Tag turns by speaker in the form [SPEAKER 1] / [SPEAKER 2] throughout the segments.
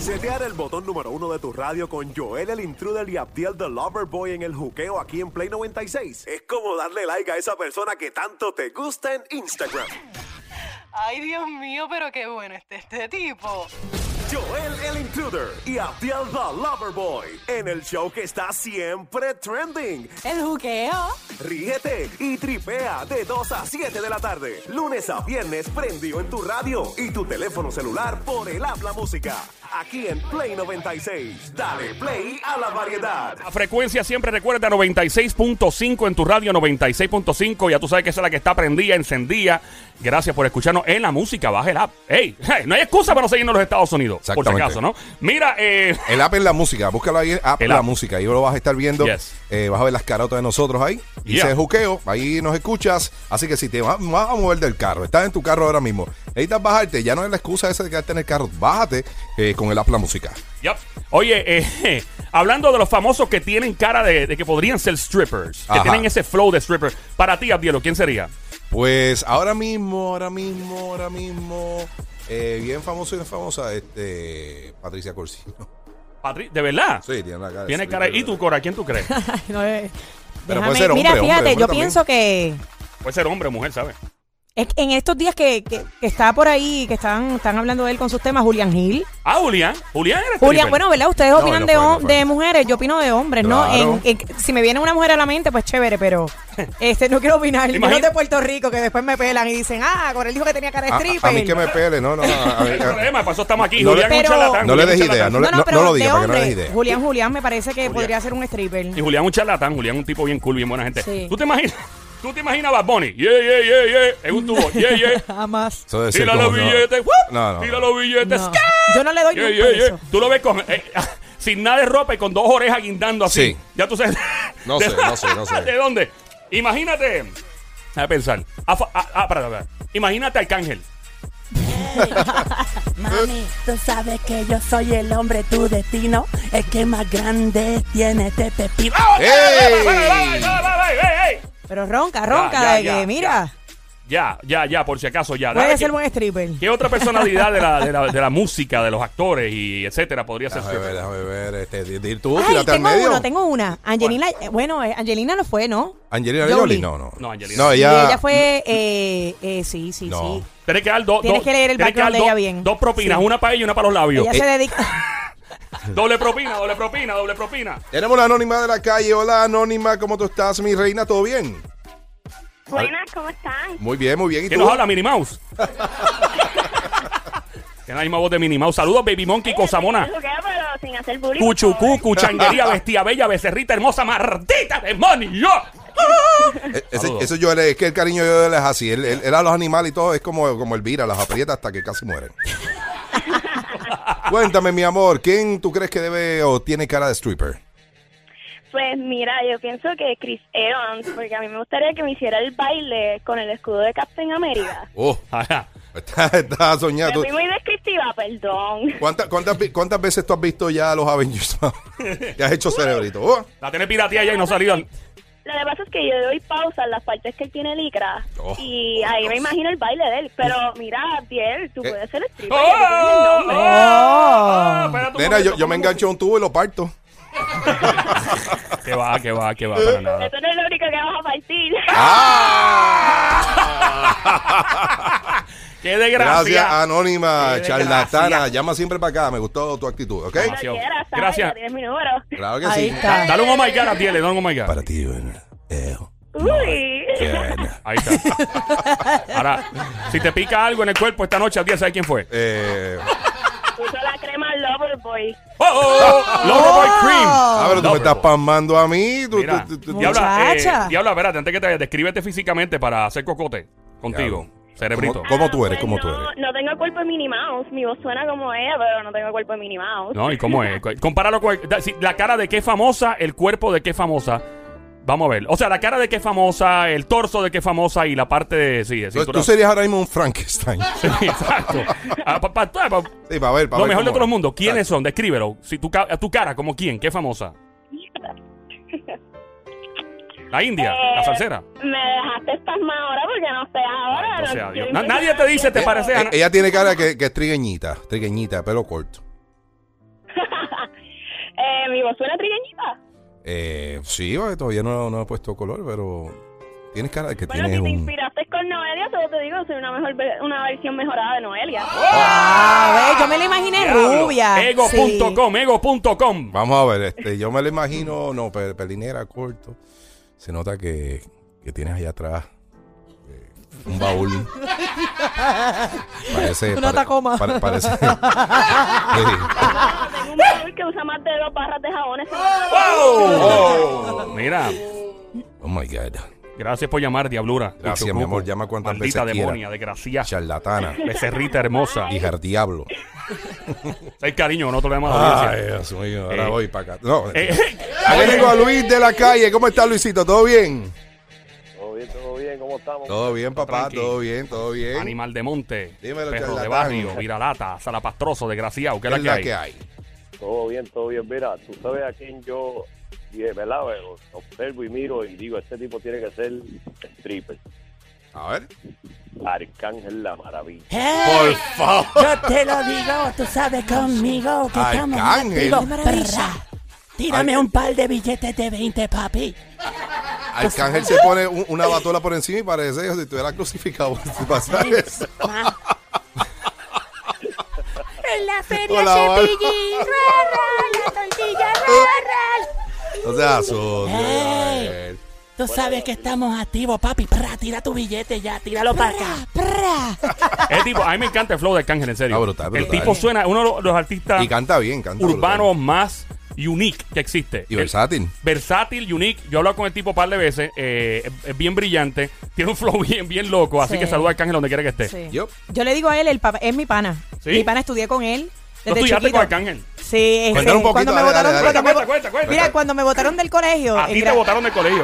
[SPEAKER 1] Setear el botón número uno de tu radio con Joel el Intruder y Abdiel the Lover Boy en el juqueo aquí en Play 96 es como darle like a esa persona que tanto te gusta en Instagram.
[SPEAKER 2] Ay, Dios mío, pero qué bueno este, este tipo.
[SPEAKER 1] Joel el Intruder y Abdiel the Lover Boy en el show que está siempre trending.
[SPEAKER 3] El juqueo.
[SPEAKER 1] Ríete y tripea de 2 a 7 de la tarde, lunes a viernes prendido en tu radio y tu teléfono celular por el habla música. Aquí en Play 96, dale play a la variedad.
[SPEAKER 4] La frecuencia siempre recuerda 96.5 en tu radio, 96.5. Ya tú sabes que esa es la que está prendida, encendida. Gracias por escucharnos en la música. Baja el app. ¡Ey! hey, no hay excusa para no seguirnos en los Estados Unidos. Por si
[SPEAKER 5] Exactamente.
[SPEAKER 4] acaso, ¿no? Mira, eh,
[SPEAKER 5] El app es la música, búscalo ahí, app
[SPEAKER 4] El
[SPEAKER 5] la
[SPEAKER 4] app.
[SPEAKER 5] música. Ahí lo vas a estar viendo.
[SPEAKER 4] Yes.
[SPEAKER 5] Eh, vas a ver las carotas de nosotros ahí. Dice
[SPEAKER 4] Yeah.
[SPEAKER 5] juqueo, ahí nos escuchas. Así que si te vas, vas a mover del carro, estás en tu carro ahora mismo, necesitas bajarte, ya no es la excusa esa de quedarte en el carro. Bájate eh, con el app la música.
[SPEAKER 4] yup. oye, eh, hablando de los famosos que tienen cara de, de que podrían ser strippers, que
[SPEAKER 5] Ajá.
[SPEAKER 4] tienen ese flow de stripper. Para ti, Abdielo, ¿quién sería?
[SPEAKER 5] Pues ahora mismo, ahora mismo, ahora mismo, eh, bien famoso y bien famosa, este, Patricia Corsino.
[SPEAKER 4] Patri- ¿De verdad?
[SPEAKER 5] Sí, tiene la cara. de
[SPEAKER 4] Tiene
[SPEAKER 5] stripper,
[SPEAKER 4] cara. ¿Y tú,
[SPEAKER 5] ¿verdad?
[SPEAKER 4] Cora? ¿Quién tú crees?
[SPEAKER 3] Ay, no, eh,
[SPEAKER 5] Pero
[SPEAKER 3] déjame-
[SPEAKER 5] puede ser
[SPEAKER 3] Mira,
[SPEAKER 5] hombre, hombre,
[SPEAKER 3] fíjate,
[SPEAKER 5] hombre
[SPEAKER 3] yo
[SPEAKER 5] también.
[SPEAKER 3] pienso que
[SPEAKER 4] Puede ser hombre o mujer, ¿sabes?
[SPEAKER 3] es que en estos días que, que- que está por ahí, que están, están hablando de él con sus temas, Julián Gil.
[SPEAKER 4] Ah, Julián. Julián era
[SPEAKER 3] Julián,
[SPEAKER 4] stripper.
[SPEAKER 3] bueno, ¿verdad? Ustedes
[SPEAKER 5] No,
[SPEAKER 3] opinan
[SPEAKER 5] no
[SPEAKER 3] de,
[SPEAKER 5] fue, no
[SPEAKER 3] hom-
[SPEAKER 5] fue.
[SPEAKER 3] de mujeres, yo opino de hombres,
[SPEAKER 5] Claro.
[SPEAKER 3] ¿no? En- en- si me viene una mujer a la mente, pues chévere, pero este no quiero opinar. Yo
[SPEAKER 4] Imagina-
[SPEAKER 3] no de Puerto Rico, que después me pelan y dicen, ah, Corel dijo que tenía cara de
[SPEAKER 5] A-
[SPEAKER 3] stripper.
[SPEAKER 5] A, a mí que me pele, no, no. a- a-
[SPEAKER 4] No hay problema, para eso estamos aquí.
[SPEAKER 5] No le-
[SPEAKER 4] Julián es un
[SPEAKER 3] Pero-
[SPEAKER 4] charlatán.
[SPEAKER 5] No le
[SPEAKER 4] Julián es un
[SPEAKER 5] des idea,
[SPEAKER 4] charlatán.
[SPEAKER 5] no le- lo diga,
[SPEAKER 3] de
[SPEAKER 5] para que no le des
[SPEAKER 3] hombre,
[SPEAKER 5] idea.
[SPEAKER 3] Julián, Julián, me parece que
[SPEAKER 4] Julián.
[SPEAKER 3] podría ser un stripper.
[SPEAKER 4] Y Julián un charlatán, Julián un tipo bien cool, bien buena gente.
[SPEAKER 3] Sí.
[SPEAKER 4] ¿Tú te imaginas? ¿Tú te imaginas Bad Bunny? Yeah, yeah, yeah, yeah. En un tubo. Yeah, yeah.
[SPEAKER 3] Jamás.
[SPEAKER 5] Eso debe ser
[SPEAKER 4] Tira
[SPEAKER 5] como,
[SPEAKER 4] los
[SPEAKER 5] no.
[SPEAKER 4] billetes. ¡wup!
[SPEAKER 5] No, no.
[SPEAKER 4] Tira los
[SPEAKER 5] Este
[SPEAKER 4] billetes.
[SPEAKER 3] No,
[SPEAKER 4] ¡ska!
[SPEAKER 3] Yo no le doy ni
[SPEAKER 4] Yeah,
[SPEAKER 3] un
[SPEAKER 4] yeah, yeah.
[SPEAKER 3] peso.
[SPEAKER 4] Tú lo ves con, eh, sin nada de ropa y con dos orejas guindando así.
[SPEAKER 5] Sí.
[SPEAKER 4] Ya tú sabes.
[SPEAKER 5] No
[SPEAKER 4] de-
[SPEAKER 5] sé, no sé, no sé.
[SPEAKER 4] ¿De dónde? Imagínate. A pensar. Ah, fa- ah, ah, para, para. Imagínate a Arcángel.
[SPEAKER 6] Mami, tú sabes que yo soy el hombre, tu destino. Es que más grande tiene este pepino.
[SPEAKER 5] ¡Ey!
[SPEAKER 3] Pero ronca,
[SPEAKER 4] Ya,
[SPEAKER 3] ronca,
[SPEAKER 4] ya,
[SPEAKER 3] de que,
[SPEAKER 4] ya,
[SPEAKER 3] mira,
[SPEAKER 4] Ya, ya, ya, por si acaso, ya. Dale,
[SPEAKER 3] puede ser
[SPEAKER 4] ¿qué-
[SPEAKER 3] buen stripper.
[SPEAKER 4] ¿Qué otra personalidad de la, de, la, de la música, de los actores y etcétera podría ser?
[SPEAKER 5] Déjame ver,
[SPEAKER 4] stripper?
[SPEAKER 5] déjame ver. Este, di- di- tú,
[SPEAKER 3] Ay,
[SPEAKER 5] tírate al
[SPEAKER 3] tengo
[SPEAKER 5] medio.
[SPEAKER 3] uno, tengo una. Angelina, eh, bueno, eh, Angelina lo fue, ¿no?
[SPEAKER 5] Angelina
[SPEAKER 3] Jolie.
[SPEAKER 5] Jolie, no, no.
[SPEAKER 4] No, Angelina.
[SPEAKER 5] No,
[SPEAKER 3] Y
[SPEAKER 5] ella.
[SPEAKER 3] ella fue, eh, eh, sí, sí,
[SPEAKER 5] No.
[SPEAKER 3] sí.
[SPEAKER 4] Tienes que dar dos.
[SPEAKER 3] Tienes
[SPEAKER 4] dos-
[SPEAKER 3] que leer el
[SPEAKER 4] tienes
[SPEAKER 3] background
[SPEAKER 4] dar
[SPEAKER 3] de ella
[SPEAKER 4] dos-
[SPEAKER 3] bien.
[SPEAKER 4] Dos propinas,
[SPEAKER 3] Sí.
[SPEAKER 4] una para ella y una para los labios.
[SPEAKER 3] Ella se dedica...
[SPEAKER 4] Doble propina, doble propina, doble propina.
[SPEAKER 5] Tenemos la anónima de la calle. Hola, anónima, ¿cómo tú estás, mi reina? ¿Todo bien?
[SPEAKER 7] Buenas, ¿cómo están?
[SPEAKER 5] Muy bien, muy bien. ¿Y
[SPEAKER 4] ¿Qué
[SPEAKER 5] tú?
[SPEAKER 4] nos habla, Minnie Mouse? Tiene la misma voz de Minnie Mouse. Saludos, Baby Monkey, Cosamona.
[SPEAKER 7] Jugué, pero sin hacer bullying. por
[SPEAKER 4] Cuchucú,
[SPEAKER 7] favor.
[SPEAKER 4] cuchanguería, bestia bella, becerrita hermosa, mardita, demonio.
[SPEAKER 5] Eh, Ese,
[SPEAKER 4] Saludos.
[SPEAKER 5] eso yo es que el cariño de Joel es así. Él, él- él a los animales y todo es como, como Elvira, las aprieta hasta que casi mueren. Cuéntame, mi amor, ¿quién tú crees que debe o tiene cara de stripper?
[SPEAKER 7] Pues mira, yo pienso que Chris Evans, porque a mí me gustaría que me hiciera el baile con el escudo de Captain America.
[SPEAKER 5] Oh,
[SPEAKER 4] Ajá.
[SPEAKER 5] está, está
[SPEAKER 7] Me
[SPEAKER 5] soñado.
[SPEAKER 7] fui muy descriptiva, perdón.
[SPEAKER 5] ¿Cuántas, cuántas, vi- cuántas veces tú has visto ya los Avengers? Te has hecho cerebrito. Oh,
[SPEAKER 4] La tiene pirateada ya y no salió. al-
[SPEAKER 7] Lo que pasa es que yo doy pausa en las partes que él tiene licra.
[SPEAKER 5] Oh,
[SPEAKER 7] y ahí me imagino el baile de él. Pero mira, Biel, tú
[SPEAKER 5] Eh.
[SPEAKER 7] puedes ser stripper.
[SPEAKER 4] ¡Oh!
[SPEAKER 7] ya te pones el nombre.
[SPEAKER 4] ¡Oh! Espérate un
[SPEAKER 5] nena, yo,
[SPEAKER 4] momento.
[SPEAKER 5] yo me engancho a un tubo y lo parto.
[SPEAKER 4] Que va, que va, que va, para nada.
[SPEAKER 7] Eso no es lo único que vas a partir.
[SPEAKER 5] Ah,
[SPEAKER 4] ¡Qué desgracia!
[SPEAKER 5] Gracias, Anónima,
[SPEAKER 4] Qué
[SPEAKER 5] charlatana.
[SPEAKER 4] desgracia.
[SPEAKER 5] Llama siempre para acá. Me gustó tu actitud, ¿ok?
[SPEAKER 4] Gracias.
[SPEAKER 7] Cuando quieras, ¿sabes?
[SPEAKER 4] Gracias.
[SPEAKER 7] Ya Tienes mi número.
[SPEAKER 5] Claro que
[SPEAKER 3] Ahí
[SPEAKER 5] sí.
[SPEAKER 3] está.
[SPEAKER 4] Dale un oh my god a Tiele, dale un oh my god.
[SPEAKER 5] Para ti, bueno. Eh,
[SPEAKER 7] Uy.
[SPEAKER 5] bueno.
[SPEAKER 4] Ahí está. Ahora, si te pica algo en el cuerpo esta noche, Abdiel, ¿sabes quién fue?
[SPEAKER 5] Eh,
[SPEAKER 7] Puso la crema Loverboy.
[SPEAKER 4] ¡Oh! oh, oh! Loverboy Cream!
[SPEAKER 5] ah, pero tú me
[SPEAKER 4] Loverboy.
[SPEAKER 5] estás palmando a mí. Tú,
[SPEAKER 4] Mira,
[SPEAKER 5] tú- tú- tú-
[SPEAKER 4] Diabla, eh,
[SPEAKER 3] Muchacha.
[SPEAKER 4] Diabla, espérate, antes que te vayas, descríbete físicamente para hacer cocote contigo, cerebrito.
[SPEAKER 5] ¿Cómo- cómo tú eres?
[SPEAKER 7] Pues
[SPEAKER 5] ¿Cómo tú
[SPEAKER 7] no,
[SPEAKER 5] eres?
[SPEAKER 7] No tengo cuerpo de Minnie Mouse. Mi voz suena como ella, pero no tengo cuerpo de Minnie Mouse.
[SPEAKER 4] No, ¿y cómo es? Cu- Compáralo con el- da- si- la cara de qué famosa, el cuerpo de qué famosa. Vamos a ver. O sea, la cara de qué famosa, el torso de qué famosa y la parte de... Sí, de
[SPEAKER 5] tú,
[SPEAKER 4] cintura.
[SPEAKER 5] tú serías ahora mismo un Frankenstein.
[SPEAKER 4] Sí, exacto. Ah, pa- pa- pa- pa-
[SPEAKER 5] Sí, para ver, para
[SPEAKER 4] lo mejor
[SPEAKER 5] ver
[SPEAKER 4] de
[SPEAKER 5] cómo
[SPEAKER 4] todo el
[SPEAKER 5] es.
[SPEAKER 4] mundo. ¿Quiénes son? Descríbelo. Si tu, ca- tu cara, ¿como quién? ¿Qué famosa? La India,
[SPEAKER 7] Eh,
[SPEAKER 4] la salsera.
[SPEAKER 7] Me dejaste espasmada ahora porque no sé Eh, ahora.
[SPEAKER 4] Maldito
[SPEAKER 7] no
[SPEAKER 4] sea Dios.
[SPEAKER 7] quiero
[SPEAKER 4] Na- nadie
[SPEAKER 7] inventar
[SPEAKER 5] E-,
[SPEAKER 4] te dice, ¿te
[SPEAKER 7] nada.
[SPEAKER 4] parece?
[SPEAKER 5] Eh,
[SPEAKER 4] Ana?
[SPEAKER 5] ella tiene cara que, que es trigueñita, trigueñita, pelo corto.
[SPEAKER 7] digo, eh, ¿suena trigueñita?
[SPEAKER 5] Eh, sí, porque todavía no, no he puesto color, pero tienes cara de que
[SPEAKER 7] Bueno,
[SPEAKER 5] tienes
[SPEAKER 7] si te
[SPEAKER 5] un.
[SPEAKER 7] inspiraste con Noelia, solo te digo, soy una, mejor, ve- una versión mejorada de Noelia.
[SPEAKER 3] Ah, ve, yo me la imaginé rubia. sí.
[SPEAKER 4] Ego.com, ego.com.
[SPEAKER 5] Vamos a ver, este, yo me lo imagino, no, pe- pelinera, corto. Se nota que, que tienes allá atrás eh, un baúl. Parece.
[SPEAKER 3] Una Tacoma.
[SPEAKER 5] pare- parece. Sí.
[SPEAKER 7] Tengo un baúl que usa más de dos barras de jabones.
[SPEAKER 4] ¡Wow! Mira,
[SPEAKER 5] Oh my God.
[SPEAKER 4] gracias por llamar, Diablura.
[SPEAKER 5] Gracias,
[SPEAKER 4] Cuchucucu.
[SPEAKER 5] mi amor, llama cuantas
[SPEAKER 4] Maldita
[SPEAKER 5] veces quiera.
[SPEAKER 4] demonia, desgraciada.
[SPEAKER 5] Charlatana.
[SPEAKER 4] Becerrita hermosa.
[SPEAKER 5] Hija del diablo.
[SPEAKER 4] El cariño, no te lo damos a la
[SPEAKER 5] Ay,
[SPEAKER 4] audiencia.
[SPEAKER 5] Dios mío, ahora
[SPEAKER 4] Eh.
[SPEAKER 5] voy para acá. No,
[SPEAKER 4] Eh,
[SPEAKER 5] Ahí tengo a Luis de la calle. ¿Cómo está Luisito? ¿Todo bien?
[SPEAKER 8] Todo bien, todo bien, ¿cómo estamos?
[SPEAKER 5] Todo bien, papá.
[SPEAKER 4] Tranqui.
[SPEAKER 5] Todo bien, todo bien.
[SPEAKER 4] Animal de monte,
[SPEAKER 5] ¿Eh? Dímelo,
[SPEAKER 4] perro de
[SPEAKER 5] charlatán.
[SPEAKER 4] barrio, viralata, salapastroso, desgraciado. ¿Qué
[SPEAKER 5] ¿Qué
[SPEAKER 4] es la que hay?
[SPEAKER 8] Todo bien, todo bien. Mira, tú sabes a quién yo, dije, ¿verdad? Bueno, Observo y miro y digo, este tipo tiene que ser stripper.
[SPEAKER 5] A ver.
[SPEAKER 8] Arcángel la maravilla.
[SPEAKER 5] Por favor.
[SPEAKER 6] Yo te lo digo, tú sabes conmigo que estamos
[SPEAKER 5] Arcángel.
[SPEAKER 6] activos, perra. Tírame
[SPEAKER 5] Ay. eh.
[SPEAKER 6] un par de billetes de 20, papi.
[SPEAKER 5] Arcángel se pone un- una batola por encima y parece que si estuviera crucificado. Si pasa eso.
[SPEAKER 6] En la feria
[SPEAKER 5] Hola, hola.
[SPEAKER 6] cepillín, ra, ra, la tortilla, ra, ra.
[SPEAKER 5] O sea, son.
[SPEAKER 6] Ey. Tú sabes que estamos activos, papi. Prra, tira tu billete ya, tíralo para acá.
[SPEAKER 4] El tipo, a mí me encanta el flow de Arcángel, en serio.
[SPEAKER 5] Ah, brutal,
[SPEAKER 4] El
[SPEAKER 5] brutal.
[SPEAKER 4] tipo suena uno de los, los artistas
[SPEAKER 5] Y canta bien, canta.
[SPEAKER 4] urbanos
[SPEAKER 5] brutal.
[SPEAKER 4] más unique que existe.
[SPEAKER 5] Y
[SPEAKER 4] El-
[SPEAKER 5] versátil.
[SPEAKER 4] versátil, unique. Yo he hablado con el tipo un par de veces. eh, es- es bien brillante. Tiene un flow bien, bien loco. Así
[SPEAKER 3] Sí.
[SPEAKER 4] que saluda a Arcángel donde quiera que esté.
[SPEAKER 3] Sí.
[SPEAKER 5] Yup.
[SPEAKER 3] Yo le digo a él, el papá, es mi pana.
[SPEAKER 4] ¿Sí?
[SPEAKER 3] Mi pana estudié con él.
[SPEAKER 4] ¿Tú
[SPEAKER 3] Desde
[SPEAKER 4] estudiaste
[SPEAKER 3] chiquito.
[SPEAKER 4] con Arcángel?
[SPEAKER 3] Sí, este,
[SPEAKER 5] Cuéntalo un poquito,
[SPEAKER 3] cuando me
[SPEAKER 5] dale,
[SPEAKER 3] votaron,
[SPEAKER 4] Cuenta,
[SPEAKER 5] dale, Cuéntame,
[SPEAKER 3] cuando
[SPEAKER 4] cuenta,
[SPEAKER 3] me-
[SPEAKER 4] cuenta, cuenta.
[SPEAKER 3] Mira, cuando me votaron del colegio.
[SPEAKER 4] a
[SPEAKER 3] en
[SPEAKER 4] ti te
[SPEAKER 3] gra-
[SPEAKER 4] votaron del colegio.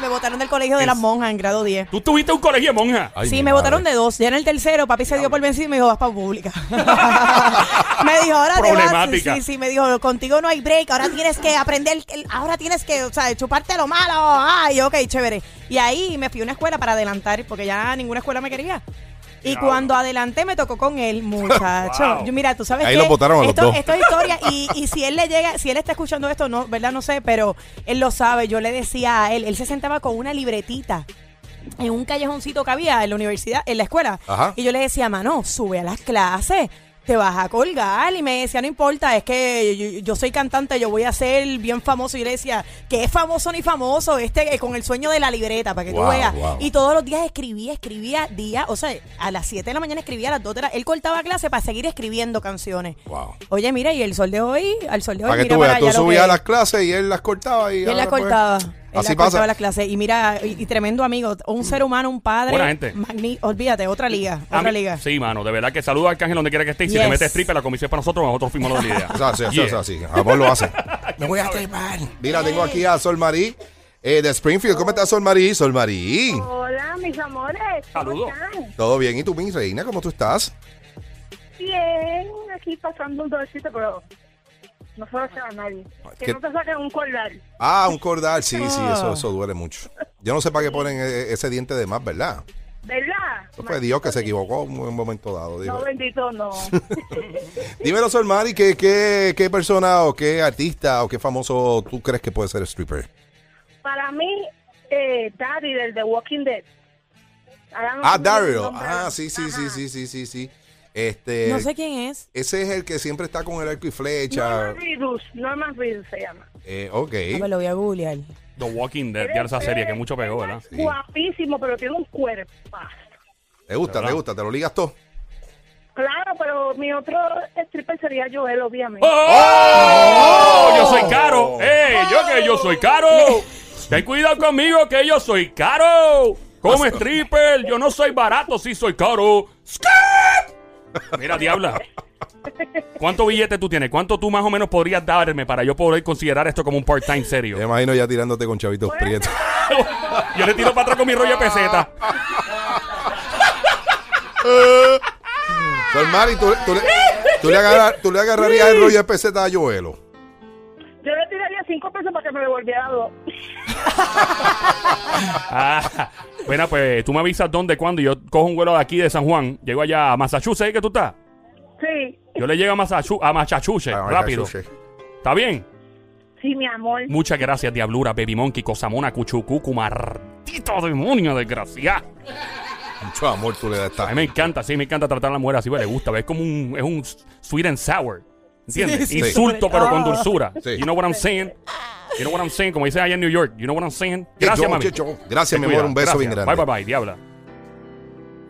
[SPEAKER 3] me votaron del colegio de las
[SPEAKER 4] Es-
[SPEAKER 3] monjas en grado 10.
[SPEAKER 4] Tú tuviste un colegio de monja.
[SPEAKER 5] Ay,
[SPEAKER 3] sí,
[SPEAKER 5] mi
[SPEAKER 3] me
[SPEAKER 5] madre.
[SPEAKER 3] votaron de dos. Ya en el tercero, papi se dio por vencido y me dijo, vas para pública. me dijo, ahora te vas. Sí,
[SPEAKER 4] Problemática.
[SPEAKER 3] sí, sí, me dijo, contigo no hay break, ahora tienes que aprender, el- ahora tienes que, o sea, chuparte lo malo. Ay, ok, chévere. Y ahí me fui a una escuela para adelantar, porque ya ninguna escuela me quería. Y
[SPEAKER 4] Diablo.
[SPEAKER 3] cuando adelanté me tocó con él, muchacho.
[SPEAKER 4] Wow.
[SPEAKER 3] Yo, mira, tú sabes
[SPEAKER 5] Ahí
[SPEAKER 3] qué?
[SPEAKER 5] los botaron a los
[SPEAKER 3] esto,
[SPEAKER 5] dos.
[SPEAKER 3] esto es historia y, y si él le llega, si él está escuchando esto, no, verdad, no sé, pero él lo sabe. Yo le decía a él, él se sentaba con una libretita en un callejoncito que había en la universidad, en la escuela.
[SPEAKER 5] Ajá.
[SPEAKER 3] Y yo le decía, mano, sube a las clases, te vas a colgar. Y me decía, no importa, es que yo, yo soy cantante, yo voy a ser bien famoso. Y yo le decía, que es famoso ni famoso, este eh, con el sueño de la libreta, para que tú
[SPEAKER 5] Wow,
[SPEAKER 3] veas.
[SPEAKER 5] wow.
[SPEAKER 3] Y todos los días escribía, escribía día, o sea, a las 7 de la mañana escribía, a las 2 de la Él cortaba clase para seguir escribiendo canciones.
[SPEAKER 5] Wow.
[SPEAKER 3] Oye, mira, y el sol de hoy, al sol de hoy,
[SPEAKER 5] Para que
[SPEAKER 3] mira
[SPEAKER 5] tú veas, tú
[SPEAKER 3] allá lo
[SPEAKER 5] subías
[SPEAKER 3] que-
[SPEAKER 5] a las clases y él las cortaba. Y,
[SPEAKER 3] y él
[SPEAKER 5] ahora,
[SPEAKER 3] la
[SPEAKER 5] pues,
[SPEAKER 3] cortaba. Él
[SPEAKER 5] Así pasa.
[SPEAKER 3] la
[SPEAKER 5] Mm.
[SPEAKER 3] cortaba las clases. Y mira, y, y tremendo amigo, un ser humano, un padre.
[SPEAKER 4] Buena gente.
[SPEAKER 3] magni- Olvídate, otra liga,
[SPEAKER 4] A
[SPEAKER 3] otra
[SPEAKER 4] mí-
[SPEAKER 3] liga.
[SPEAKER 4] Sí, mano, de verdad que saluda a Arcángel donde quiera que esté. Y si
[SPEAKER 3] Yes.
[SPEAKER 4] te metes stripper, la comisión es para nosotros, nosotros fuimos los de la idea.
[SPEAKER 5] O sea, sí, sí,
[SPEAKER 4] Yeah.
[SPEAKER 5] o sea, sí. A vos lo hace. Me voy a trepar. Mira, tengo aquí a Sol Marí eh, de Springfield. ¿Cómo está Sol Marí? Sol Marí.
[SPEAKER 7] Hola, mis amores.
[SPEAKER 4] Saludos.
[SPEAKER 7] están?
[SPEAKER 5] ¿Todo bien? ¿Y tú, mi reina? ¿Cómo tú estás?
[SPEAKER 7] Bien, aquí pasando un dolcito, pero no se lo echa a nadie.
[SPEAKER 5] Que ¿Qué? no
[SPEAKER 7] te saquen un cordal.
[SPEAKER 5] Ah, un cordal. Sí, sí, eso, eso duele mucho. Yo no sé para qué ponen eh, ese diente de más, ¿verdad?
[SPEAKER 7] ¿Verdad?
[SPEAKER 5] Eso fue Dios que se equivocó en un momento dado. dijo.
[SPEAKER 7] bendito, no.
[SPEAKER 5] Dímelo, Sol Mari, ¿qué, qué, qué persona o qué artista o qué famoso tú crees que puede ser stripper?
[SPEAKER 7] Para mí, eh, Daddy del The Walking Dead. Ahora no
[SPEAKER 5] Ah,
[SPEAKER 7] sé cómo es el
[SPEAKER 5] Daryl.
[SPEAKER 7] nombre.
[SPEAKER 5] Ah, sí, sí, sí,
[SPEAKER 7] Ajá.
[SPEAKER 5] sí, sí, sí, sí. Este,
[SPEAKER 3] no sé quién es.
[SPEAKER 5] Ese es el que siempre está con el arco y flecha.
[SPEAKER 7] Norman Reedus, Norman Reedus se llama.
[SPEAKER 5] Eh, ok.
[SPEAKER 3] A ver, lo voy a googlear.
[SPEAKER 4] The Walking Dead, ya esa serie que mucho pegó, ¿verdad?
[SPEAKER 5] Sí.
[SPEAKER 7] Guapísimo, pero tiene un cuerpo.
[SPEAKER 5] Te gusta, te gusta, te lo ligas todo.
[SPEAKER 7] Claro, pero mi otro stripper sería Joel, obviamente.
[SPEAKER 4] ¡Oh! ¡Yo soy caro! ¡Eh! ¡Yo que yo soy caro! ¡Ten cuidado conmigo que yo soy caro! Como stripper, yo no soy barato, sí soy caro. ¡Skip! Mira, diabla. ¿Cuánto billete tú tienes? ¿Cuánto tú más o menos podrías darme para yo poder considerar esto como un part-time
[SPEAKER 5] Yo me
[SPEAKER 4] serio?
[SPEAKER 5] imagino ya tirándote con chavitos prietos.
[SPEAKER 4] Yo le tiro para atrás con mi rollo de peseta.
[SPEAKER 5] Sol Mari, tú, tú le, tú, le agarrar- tú le agarrarías el rollo de peseta a Joelo.
[SPEAKER 7] Yo le tiraría cinco pesos para que me devolviera dos.
[SPEAKER 4] Ah, bueno, pues tú me avisas dónde, cuándo. y Yo cojo un vuelo de aquí de San Juan, llego allá a Massachusetts, ¿eh? que tú estás?
[SPEAKER 7] Sí,
[SPEAKER 4] Yo le llego a Massachusetts, a Massachusetts,
[SPEAKER 5] Ah,
[SPEAKER 4] rápido.
[SPEAKER 5] Massachusetts.
[SPEAKER 4] ¿Está bien?
[SPEAKER 7] Sí, mi amor.
[SPEAKER 4] Muchas gracias, Diablura, Baby Monkey, Cosamona, Cuchucucu, maldito demonio, desgracia.
[SPEAKER 5] Mucho amor tú le das a esta
[SPEAKER 4] A mí me encanta, sí, me encanta tratar a la mujer así, pues, le gusta. Es como un, es un sweet and sour. ¿Entiendes?
[SPEAKER 5] Sí, Ah. sí.
[SPEAKER 4] Insulto, pero con dulzura.
[SPEAKER 5] Sí.
[SPEAKER 4] You know what I'm saying? You know what I'm saying? Como dicen allá en New York. You know what I'm saying?
[SPEAKER 5] Che,
[SPEAKER 4] Gracias,
[SPEAKER 5] John,
[SPEAKER 4] mami.
[SPEAKER 5] che, John. Gracias,
[SPEAKER 4] Te
[SPEAKER 5] mi amor. Un
[SPEAKER 4] cuidas.
[SPEAKER 5] beso bien
[SPEAKER 4] Gracias.
[SPEAKER 5] grande.
[SPEAKER 4] Bye, bye, bye, diabla.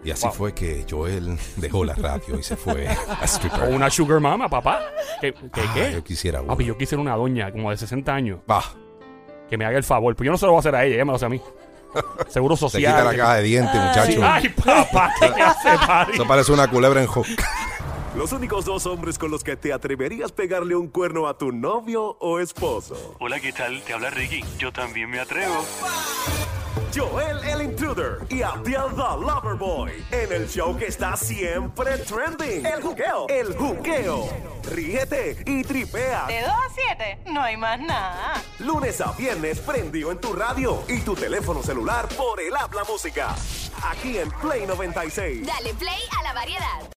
[SPEAKER 5] Y así
[SPEAKER 4] Wow.
[SPEAKER 5] fue que Joel dejó la radio y se fue a
[SPEAKER 4] O
[SPEAKER 5] stripper.
[SPEAKER 4] una sugar mama, papá. ¿Qué? ¿Qué?
[SPEAKER 5] Ah,
[SPEAKER 4] qué?
[SPEAKER 5] yo quisiera una.
[SPEAKER 4] Papi, yo quisiera una doña como de 60 años
[SPEAKER 5] Va,
[SPEAKER 4] que me haga el favor. Pues yo no se lo voy a hacer a ella, ella me lo hace a mí. Seguro
[SPEAKER 5] se
[SPEAKER 4] social.
[SPEAKER 5] quita la caja de dientes,
[SPEAKER 4] Ah, Sí.
[SPEAKER 5] muchacho.
[SPEAKER 4] Ay, papá, ¿qué te hace, Mari?
[SPEAKER 5] Eso parece una culebra en jo-
[SPEAKER 1] Los únicos dos hombres con los que te atreverías pegarle un cuerno a tu novio o esposo.
[SPEAKER 9] Hola, ¿qué tal? Te habla Ricky. Yo también me atrevo.
[SPEAKER 1] Joel el Intruder y Abdiel the Loverboy en el show que está siempre trending. El juqueo. El juqueo. Ríete y tripea.
[SPEAKER 2] De 2 a 7, no hay más nada.
[SPEAKER 1] Lunes a viernes prendido en tu radio y tu teléfono celular por el habla música. Aquí en Play 96.
[SPEAKER 10] Dale play a la variedad.